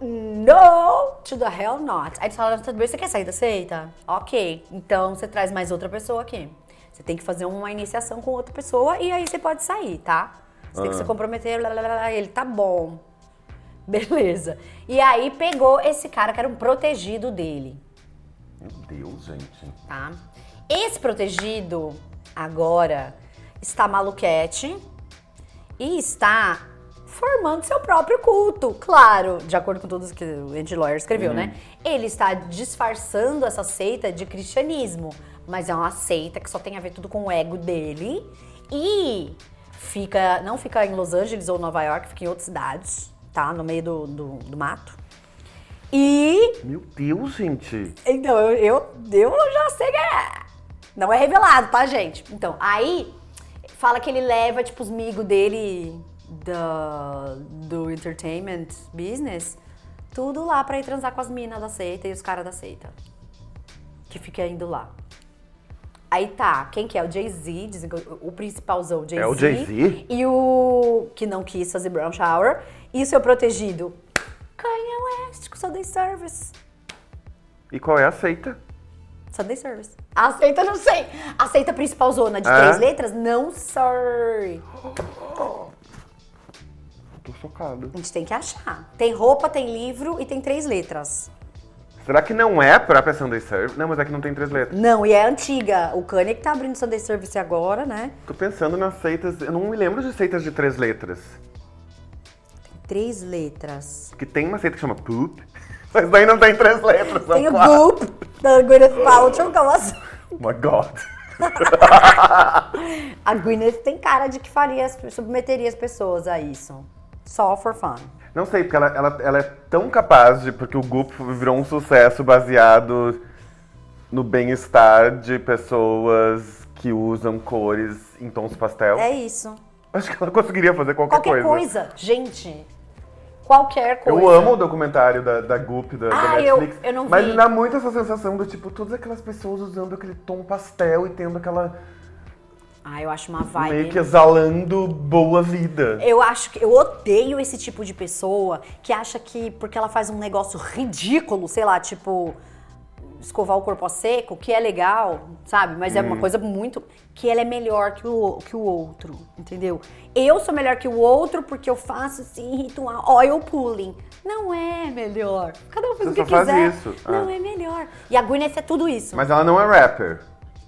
No to the hell not. Aí eles falaram: tudo bem, você quer sair da seita? Ok, então você traz mais outra pessoa aqui. Você tem que fazer uma iniciação com outra pessoa e aí você pode sair, tá? Você tem que se comprometer. Lá, lá, lá, lá. Ele tá bom. Beleza. E aí pegou esse cara que era um protegido dele Meu Deus, gente. tá? Esse protegido agora está maluquete e está formando seu próprio culto, claro, de acordo com tudo que o Andy Lawyer escreveu, né? Ele está disfarçando essa seita de cristianismo, mas é uma seita que só tem a ver tudo com o ego dele e fica, não fica em Los Angeles ou Nova York, fica em outras cidades, tá? No meio do, do, do mato. E Meu Deus, gente. então, eu, eu, eu já sei que é. Não é revelado, tá, gente? Então, aí fala que ele leva, tipo, os migos dele da- do entertainment business, tudo lá pra ir transar com as minas da seita e os caras da seita. Que fica indo lá. Aí tá, quem que é? O Jay-Z, dizem que o- o principalzão, Jay-Z. É o Jay-Z? E o que não quis fazer brown shower. E o seu protegido, Kanye West, com Sunday Service. E qual é a seita? Sunday Service. Aceita, não sei. Aceita principal zona de É? três letras? Não, sorry. Tô chocado. A gente tem que achar. Tem roupa, tem livro e tem três letras. Será que não é a própria Sunday Serve? Não, mas aqui não tem três letras. Não, e é antiga. O Kanye que tá abrindo Sunday Service agora, né? Tô pensando nas seitas. Eu não me lembro de seitas de três letras. Três letras. Porque tem uma seita que chama poop, mas daí não tem três letras. é São Tem o quatro. Goop da Gwyneth Paltrow, que é uma... Oh my god. A Gwyneth tem cara de que faria, as- submeteria as pessoas a isso. Só for fun. Não sei, porque ela, ela, ela é tão capaz de. Porque o Goop virou um sucesso baseado no bem-estar de pessoas que usam cores em tons pastel. É isso. Acho que ela conseguiria fazer qualquer, Qualquer coisa. Gente, qualquer coisa. Eu amo o documentário da, da Goop, da, da Ah, eu- Netflix. eu não Mas vi. me dá muito essa sensação do tipo, todas aquelas pessoas usando aquele tom pastel e tendo aquela. Ah, eu acho uma vibe. É. meio que exalando boa vida. Eu acho que eu odeio esse tipo de pessoa que acha que porque ela faz um negócio ridículo, sei lá, tipo escovar o corpo a seco, que é legal, sabe? Mas é Hum. uma coisa muito que ela é melhor que o, que o outro, entendeu? Eu sou melhor que o outro porque eu faço assim ritual, oil pulling. Não é melhor. Cada um faz Você o que só faz quiser. isso, ah. Não é melhor. E a Gwyneth é tudo isso. Mas ela não é rapper.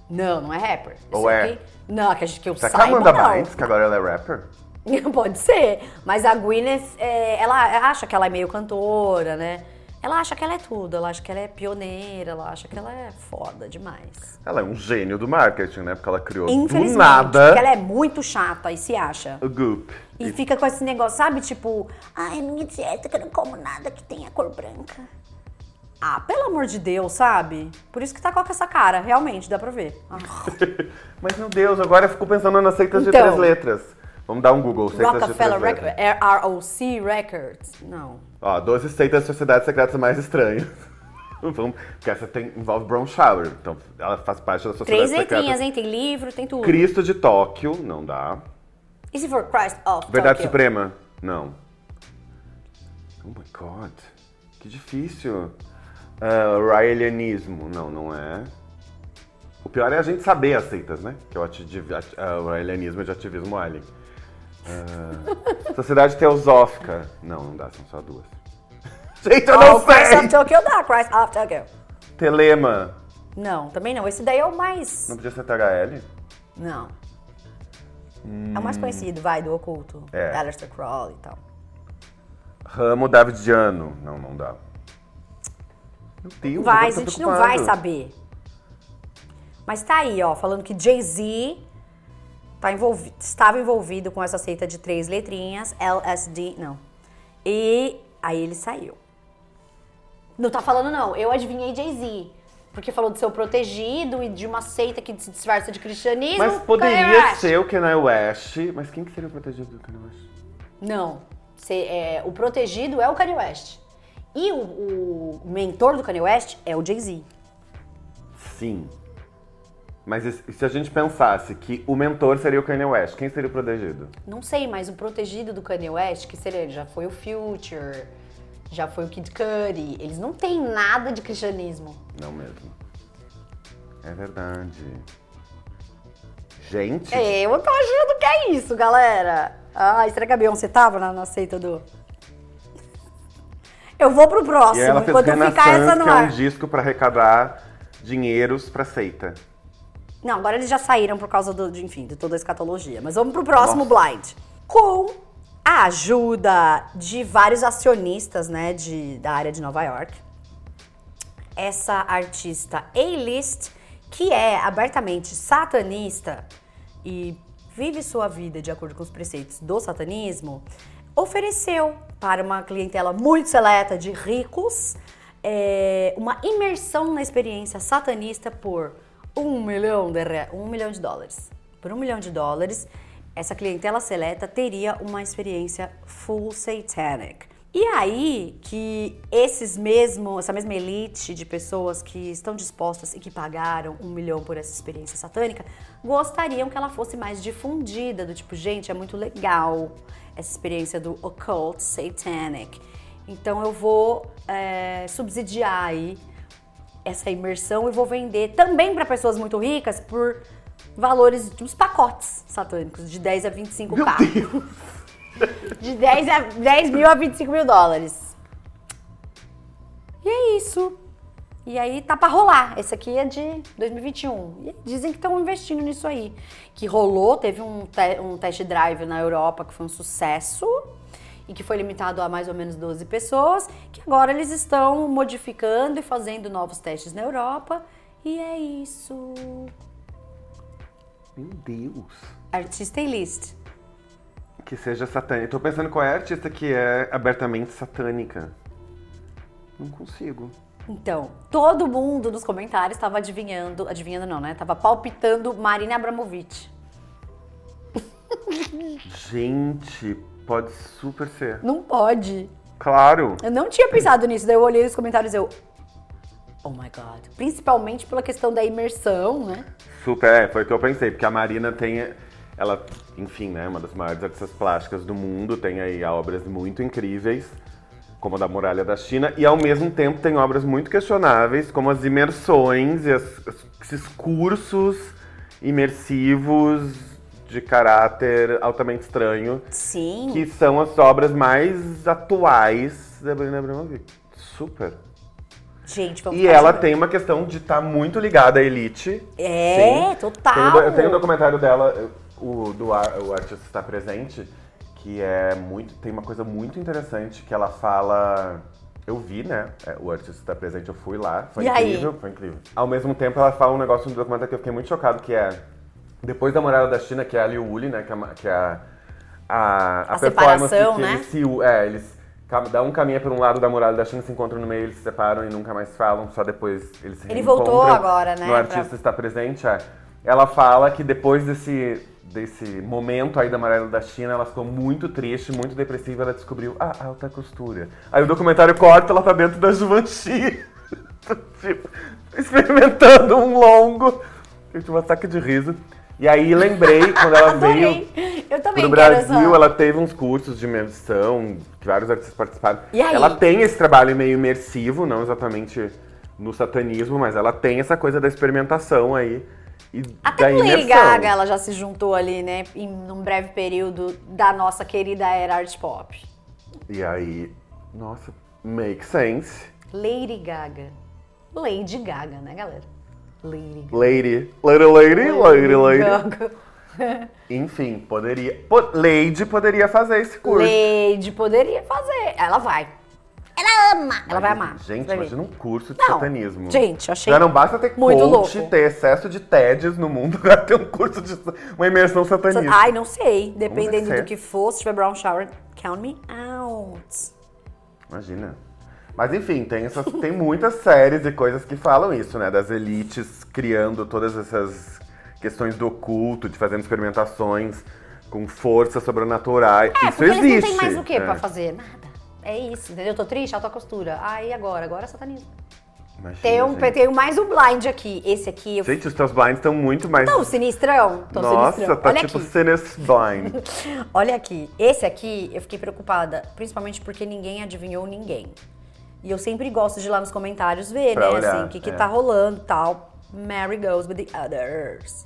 Não, não é rapper. Ou Isso é? aqui- Não, que, a gente- que eu Será que saiba, ela manda não. mais? Que agora ela é rapper? Pode ser, mas a Gwyneth, é, ela acha que ela é meio cantora, né? Ela acha que ela é tudo, ela acha que ela é pioneira, ela acha que ela é foda demais. Ela é um gênio do marketing, né? Porque ela criou do Infelizmente, nada porque ela é muito chata e se acha. o Goop. E E fica com esse negócio, sabe? Tipo, ai, minha dieta que eu não como nada que tenha cor branca. Ah, pelo amor de Deus, sabe? Por isso que tá com essa cara, realmente, dá pra ver. Ah. Mas meu Deus, agora eu fico pensando nas seitas de Então. três letras. Vamos dar um Google, seitas de três Rockefeller letras. Records, ROC Records. Não. Ó, 12 seitas de sociedades secretas mais estranhas. Vamos, porque essa tem, envolve Brown Shower, então ela faz parte da sociedade Três secreta. letrinhas, hein? Tem livro, tem tudo. Cristo de Tóquio, não dá. E se for Christ of Verdade Tokyo? Suprema, não. Oh my god, que difícil. Ah, Raelianismo, não, não é. O pior é a gente saber as seitas, né? Que é o, ativi- ati- ah, o raelianismo é de ativismo alien. Ah, Sociedade Teosófica, não, não dá, são só duas. Gente, eu Ah, não o Christ sei! of Tokyo dá, Christ of Tokyo. Telema, Não, também não. Esse daí é o mais... não podia ser THL? Não. É o mais conhecido, vai, do oculto. Hum. É. Da Aleister Crowley e tal. Ramo Davidiano, não, não dá. Meu Deus, Vai, a agora eu tô gente não vai preocupado. saber. Mas tá aí, ó, falando que Jay-Z tá envolvi- estava envolvido com essa seita de três letrinhas, LSD, não. E aí ele saiu. Não tá falando, não. Eu adivinhei Jay-Z. Porque falou do seu protegido e de uma seita que se disfarça de cristianismo. Mas Kanye poderia West. ser o Kanye West. Mas quem que seria o protegido do Kanye West? Não. Cê- é, o protegido é o Kanye West. E o, o mentor do Kanye West é o Jay-Z. Sim. Mas e se a gente pensasse que o mentor seria o Kanye West, quem seria o protegido? Não sei, mas o protegido do Kanye West, que seria, já foi o Future, já foi o Kid Cudi, eles não têm nada de cristianismo. Não mesmo. É verdade. Gente, É, Eu tô achando que é isso, galera. Ai, será que a Beyoncé tava na, na seita do... Eu vou pro e próximo, ela fez enquanto ficar essa Renaissance, no que é um ar. disco pra arrecadar dinheiros pra seita. Não, agora eles já saíram por causa do, de, enfim, de toda a escatologia. Mas vamos pro próximo Nossa. blind. Com a ajuda de vários acionistas, né, de, da área de Nova York, essa artista A-list, que é abertamente satanista e vive sua vida de acordo com os preceitos do satanismo, ofereceu para uma clientela muito seleta de ricos é, uma imersão na experiência satanista por um milhão de, re- um milhão de dólares. Por um milhão de dólares, essa clientela seleta teria uma experiência full satanic. E aí que esses mesmo, essa mesma elite de pessoas que estão dispostas e que pagaram um milhão por essa experiência satânica gostariam que ela fosse mais difundida, do tipo, gente, é muito legal essa experiência do occult satanic. Então eu vou é, subsidiar aí essa imersão e vou vender também para pessoas muito ricas por valores de uns pacotes satânicos de 10 a 25k. Meu Deus! De 10, a, 10 mil a 25 mil dólares. E é isso. E aí tá pra rolar. Esse aqui é de 2021. E dizem que estão investindo nisso aí. Que rolou, teve um, te- um test drive na Europa que foi um sucesso e que foi limitado a mais ou menos 12 pessoas. Que agora eles estão modificando e fazendo novos testes na Europa. E é isso. Meu Deus. Artista e list. Que seja satânica. Tô pensando qual é a artista que é abertamente satânica. Não consigo. Então, todo mundo nos comentários estava adivinhando, adivinhando não, né? Tava palpitando Marina Abramovic. Gente, pode super ser. Não pode. Claro. Eu não tinha pensado nisso, daí eu olhei os comentários e eu. Oh my god. Principalmente pela questão da imersão, né? Super, é, foi o que eu pensei, porque a Marina tem. Ela, enfim, né, uma das maiores artistas plásticas do mundo, tem aí obras muito incríveis, como a da Muralha da China, e ao mesmo tempo tem obras muito questionáveis, como as imersões e as- as- esses cursos imersivos de caráter altamente estranho, Sim. que são as obras mais atuais da Brina Abramovic. Super. Gente, vamos E falar ela sobre- tem uma questão de estar muito ligada à elite. É, Sim. total. Tem um do- eu tenho um documentário dela, o, do Ar- o artista está presente, que é muito. Tem uma coisa muito interessante que ela fala. Eu vi, né? é, o artista está presente, eu fui lá. Foi E aí? incrível, foi incrível. Ao mesmo tempo, ela fala um negócio no documentário que eu fiquei muito chocado, que é. Depois da Muralha da China, que é a Liu Uli, né? Que é, uma- que é a, a, a A performance separação, que né? eles se. É, eles. ca- Dá um caminho para um lado da muralha da China, se encontram no meio, eles se separam e nunca mais falam, só depois eles se Ele voltou reencontram agora, né, No artista pra- está presente, é. ela fala que depois desse, desse momento aí da Amarela da China, ela ficou muito triste, muito depressiva, ela descobriu a alta costura. Aí o documentário corta, ela tá dentro da Givenchy, tipo, experimentando um longo. Eu tive um ataque de riso. E aí lembrei, quando ela veio Adorei. Eu também pro quero Brasil, essa. ela teve uns cursos de imersão, que vários artistas participaram. E aí? Ela tem esse trabalho meio imersivo, não exatamente no satanismo, mas ela tem essa coisa da experimentação aí. E da Até com Lady imersão. Gaga ela já se juntou ali, né? Em um breve período da nossa querida era art pop. E aí, nossa, make sense. Lady Gaga. Lady Gaga, né, galera? Lady Gaga. Lady, lady, lady, lady, Uhum. lady. Gaga. Enfim, poderia. po- Lady poderia fazer esse curso. Lady poderia fazer. Ela vai. Ela ama. Ela vai amar. Gente, Vai ver. imagina um curso de Não, satanismo. gente, eu achei Já um não basta ter muito coach, louco. ter excesso de TEDs no mundo, agora ter um curso de uma imersão satanista. Ai, não sei. Dependendo ver. é. do que for, se tiver brown shower, count me out. Imagina. Mas enfim, tem, essas, tem muitas séries e coisas que falam isso, né? Das elites criando todas essas questões do oculto, de fazendo experimentações com forças sobrenaturais. É, isso porque existe. eles não têm mais o que é. pra fazer? Nada. É isso, entendeu? Tô triste, alta costura. Ai, e agora? Agora é satanismo. Imagina, Tem, um, gente. tem mais um blind aqui. Esse aqui eu fiz. Gente, os teus blinds estão muito mais. Tão sinistrão? Tão Nossa, sinistrão. tá Olha tipo aqui. Sinus Blind. Olha aqui. Esse aqui eu fiquei preocupada, principalmente porque ninguém adivinhou ninguém. E eu sempre gosto de ir lá nos comentários ver, Pra né? olhar, assim, o que, que é. tá rolando e tal. Mary goes with the others.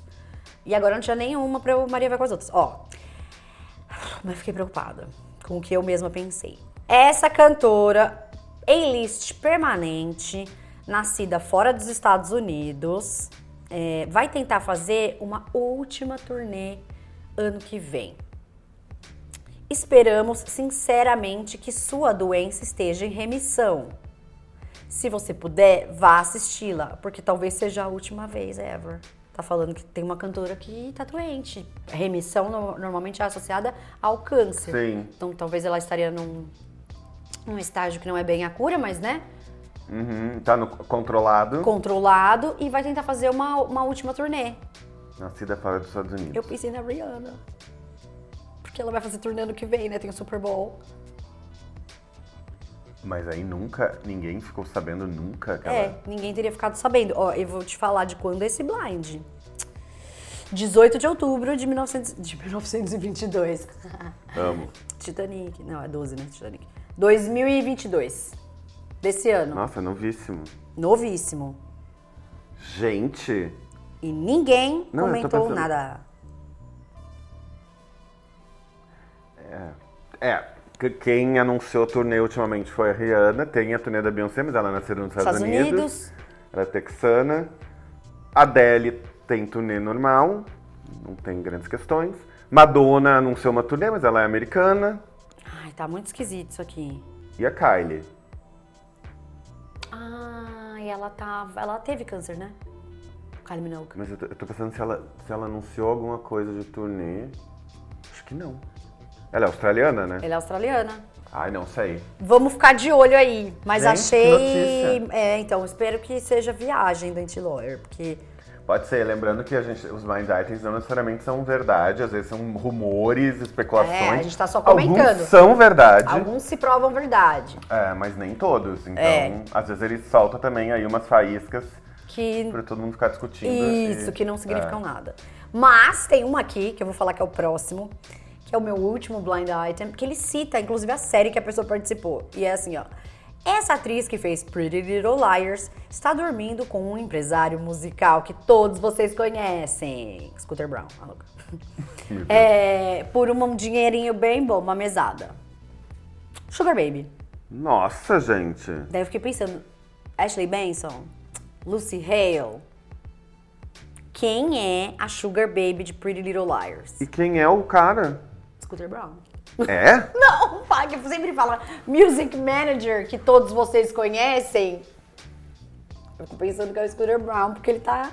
E agora não tinha nenhuma pra eu Maria vai com as outras. Ó. Mas fiquei preocupada com o que eu mesma pensei. Essa cantora, em list permanente, nascida fora dos Estados Unidos, é, vai tentar fazer uma última turnê ano que vem. Esperamos sinceramente que sua doença esteja em remissão. Se você puder, vá assisti-la, porque talvez seja a última vez ever. Tá falando que tem uma cantora que tá doente. Remissão no- normalmente é associada ao câncer. Sim. Então talvez ela estaria num, num estágio que não é bem a cura, mas né? Uhum, tá no controlado. Controlado e vai tentar fazer uma, uma última turnê. Nascida fora dos Estados Unidos. Eu pensei na Rihanna. Porque ela vai fazer turnê ano que vem, né? Tem o Super Bowl. Mas aí nunca, ninguém ficou sabendo nunca que É, ela- ninguém teria ficado sabendo. Ó, eu vou te falar de quando é esse blind. 18 de outubro de, 1900 de 1922. Amo. Titanic. Não, é 12, né? Titanic. 2022. Desse ano. Nossa, novíssimo. Novíssimo. Gente, E ninguém Não, eu tô comentou pensando. nada. É, que- quem anunciou turnê ultimamente foi a Rihanna. Tem a turnê da Beyoncé, mas ela nasceu nos Estados, Estados Unidos. Unidos. Ela é texana. Adele tem turnê normal, não tem grandes questões. Madonna anunciou uma turnê, mas ela é americana. Ai, tá muito esquisito isso aqui. E a Kylie? Ai, Ah, ela tava. Ela teve câncer, né? Kylie Minogue. Mas eu tô, eu tô pensando se ela, se ela anunciou alguma coisa de turnê. Acho que não. Ela é australiana, né? Ela é australiana. Ai, não sei. Vamos ficar de olho aí. Mas Gente, que achei. notícia. É, então, espero que seja viagem da Anti-Lawyer, porque Pode ser, lembrando que a gente, os mind items não necessariamente são verdade, às vezes são rumores, especulações. É, a gente tá só Alguns comentando. são verdade, Alguns se provam verdade. é, mas nem todos. Então, É. às vezes ele solta também aí umas faíscas Que pra todo mundo ficar discutindo. assim. Isso, e- que não significam nada. Mas tem uma aqui, que eu vou falar que é o próximo, que é o meu último blind item, que ele cita, inclusive, a série que a pessoa participou. E é assim, ó. Essa atriz que fez Pretty Little Liars está dormindo com um empresário musical que todos vocês conhecem. Scooter Brown, a louca. É, por um dinheirinho bem bom, uma mesada. Sugar Baby. Nossa, gente. Daí eu fiquei pensando, Ashley Benson, Lucy Hale, quem é a Sugar Baby de Pretty Little Liars? E quem é o cara? Scooter Brown. É? Não, pá, que sempre fala Music Manager, que todos vocês conhecem. Eu fico pensando que é o Scooter Brown, porque ele tá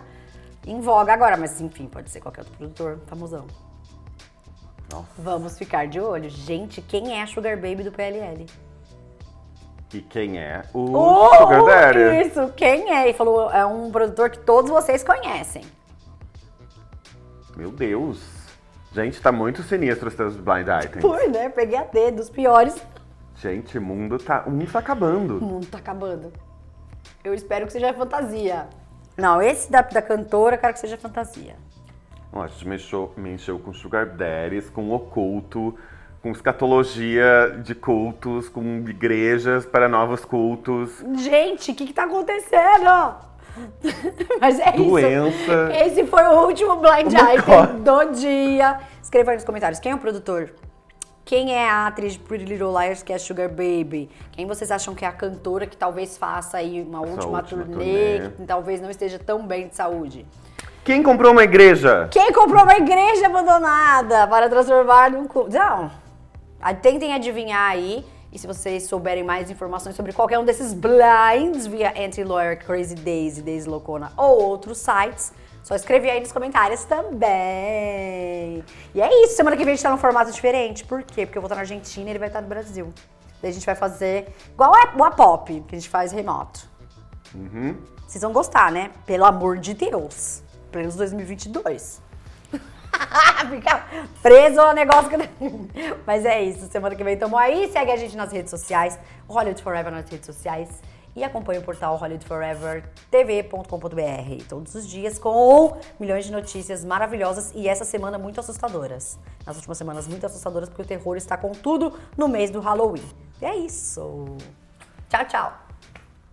em voga agora, mas enfim, pode ser qualquer outro produtor famosão. Nossa. Vamos ficar de olho. Gente, quem é a Sugar Baby do PLL? E quem é o Oh, Sugar Daddy? Isso, quem é? Ele falou, é um produtor que todos vocês conhecem. Meu Deus. Gente, tá muito sinistro os seus blind items. Fui, né? Peguei a D dos piores. Gente, o mundo tá. O mundo tá acabando. O mundo tá acabando. Eu espero que seja fantasia. Não, esse da, da cantora, eu quero que seja fantasia. Ó, a gente mexeu, me encheu com sugar daddies, com oculto, com escatologia de cultos, com igrejas para novos cultos. Gente, o que, que tá acontecendo? Mas é Doença. isso. Esse foi o último blind Oh my item do dia. Escreva aí nos comentários quem é o produtor. Quem é a atriz de Pretty Little Liars que é a Sugar Baby? Quem vocês acham que é a cantora que talvez faça aí uma última, última turnê, turnê. que talvez não esteja tão bem de saúde? Quem comprou uma igreja? Quem comprou uma igreja abandonada para transformar num culto? Não. Ah, Tentem adivinhar aí. E se vocês souberem mais informações sobre qualquer um desses blinds via Anti-Lawyer, Crazy Daisy, Daisy Locona ou outros sites, só escrever aí nos comentários também. E é isso. Semana que vem a gente tá num formato diferente. Por quê? Porque eu vou estar na Argentina e ele vai estar no Brasil. Daí a gente vai fazer igual a- o Apop, que a gente faz remoto. Vocês vão gostar, né? Pelo amor de Deus. Plenos 2022. Fica preso ao negócio que... Mas é isso. Semana que vem tamo aí. Segue a gente nas redes sociais. Hollywood Forever nas redes sociais. E acompanha o portal hollywoodforevertv.com.br todos os dias com milhões de notícias maravilhosas e essa semana muito assustadoras. Nas últimas semanas muito assustadoras porque o terror está com tudo no mês do Halloween. E é isso. Tchau, tchau.